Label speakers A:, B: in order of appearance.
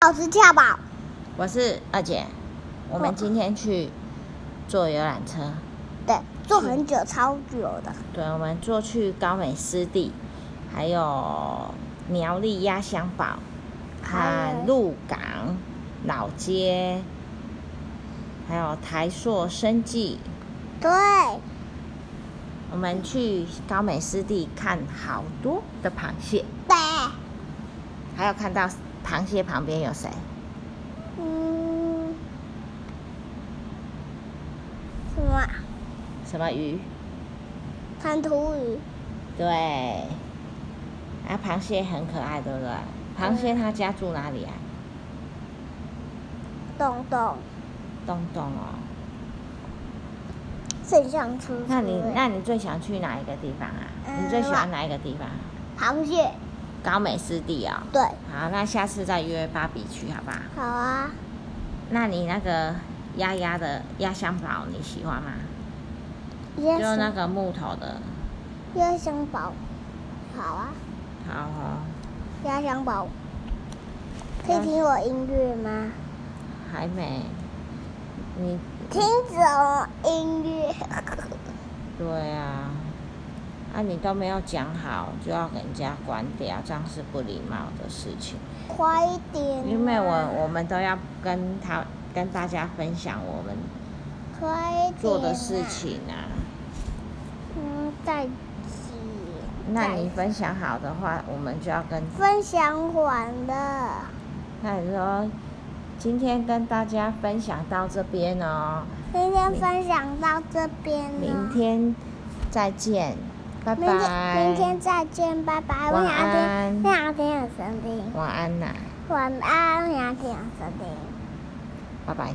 A: 老师跳宝，
B: 我是二姐，我
A: 哦
B: 们今天去坐游览车，
A: 对，坐很久，超久的。
B: 对，我们坐去高美湿地，还有苗栗鸭香堡、
A: 还有
B: 和鹿港老街，还有台塑生技。
A: 对，
B: 我们去高美湿地看好多的螃蟹，
A: 对，
B: 还有看到螃蟹旁边有谁？
A: 嗯，什么啊？
B: 什么鱼？
A: 弹涂鱼，
B: 对，啊，螃蟹很可爱，对不对？螃蟹它家住哪里啊？
A: 洞洞，
B: 东东哦。
A: 圣象出出。
B: 那你那你最想去哪一个地方啊？
A: 嗯
B: 你最喜欢哪一个地方？
A: 螃蟹，
B: 高美湿地哦。
A: 对，
B: 好，那下次再约芭比去，好不好？
A: 好啊，
B: 那你那个鸭鸭的鸭香堡你喜欢吗？
A: 椰
B: 就那
A: 香
B: 个木头的，
A: 椰香堡，好啊，
B: 好哦，
A: 椰香堡。可以
B: 嗯
A: 听我音乐吗？
B: 还没。你
A: 听什么音乐？
B: 对啊，啊你都没有讲好，就要给人家关掉，这样是不礼貌的事情。
A: 快一点啊！
B: 因为我我们都要跟他跟大家分享我们
A: 快一点
B: 做的事
A: 啊。
B: 情啊。
A: 嗯，再见。
B: 那你分享好的话，我们就要跟
A: 分享完了，
B: 那你说，今天跟大家分享到这边哦，
A: 今天分享到这边了。
B: 明天再见，拜
A: 嗯明天
B: 拜，
A: 明天再见，拜拜。我
B: 晚
A: 想要听，
B: 安
A: 我想要听有声音。
B: 晚安呐、
A: 晚安，我想要听有声音。
B: 拜拜。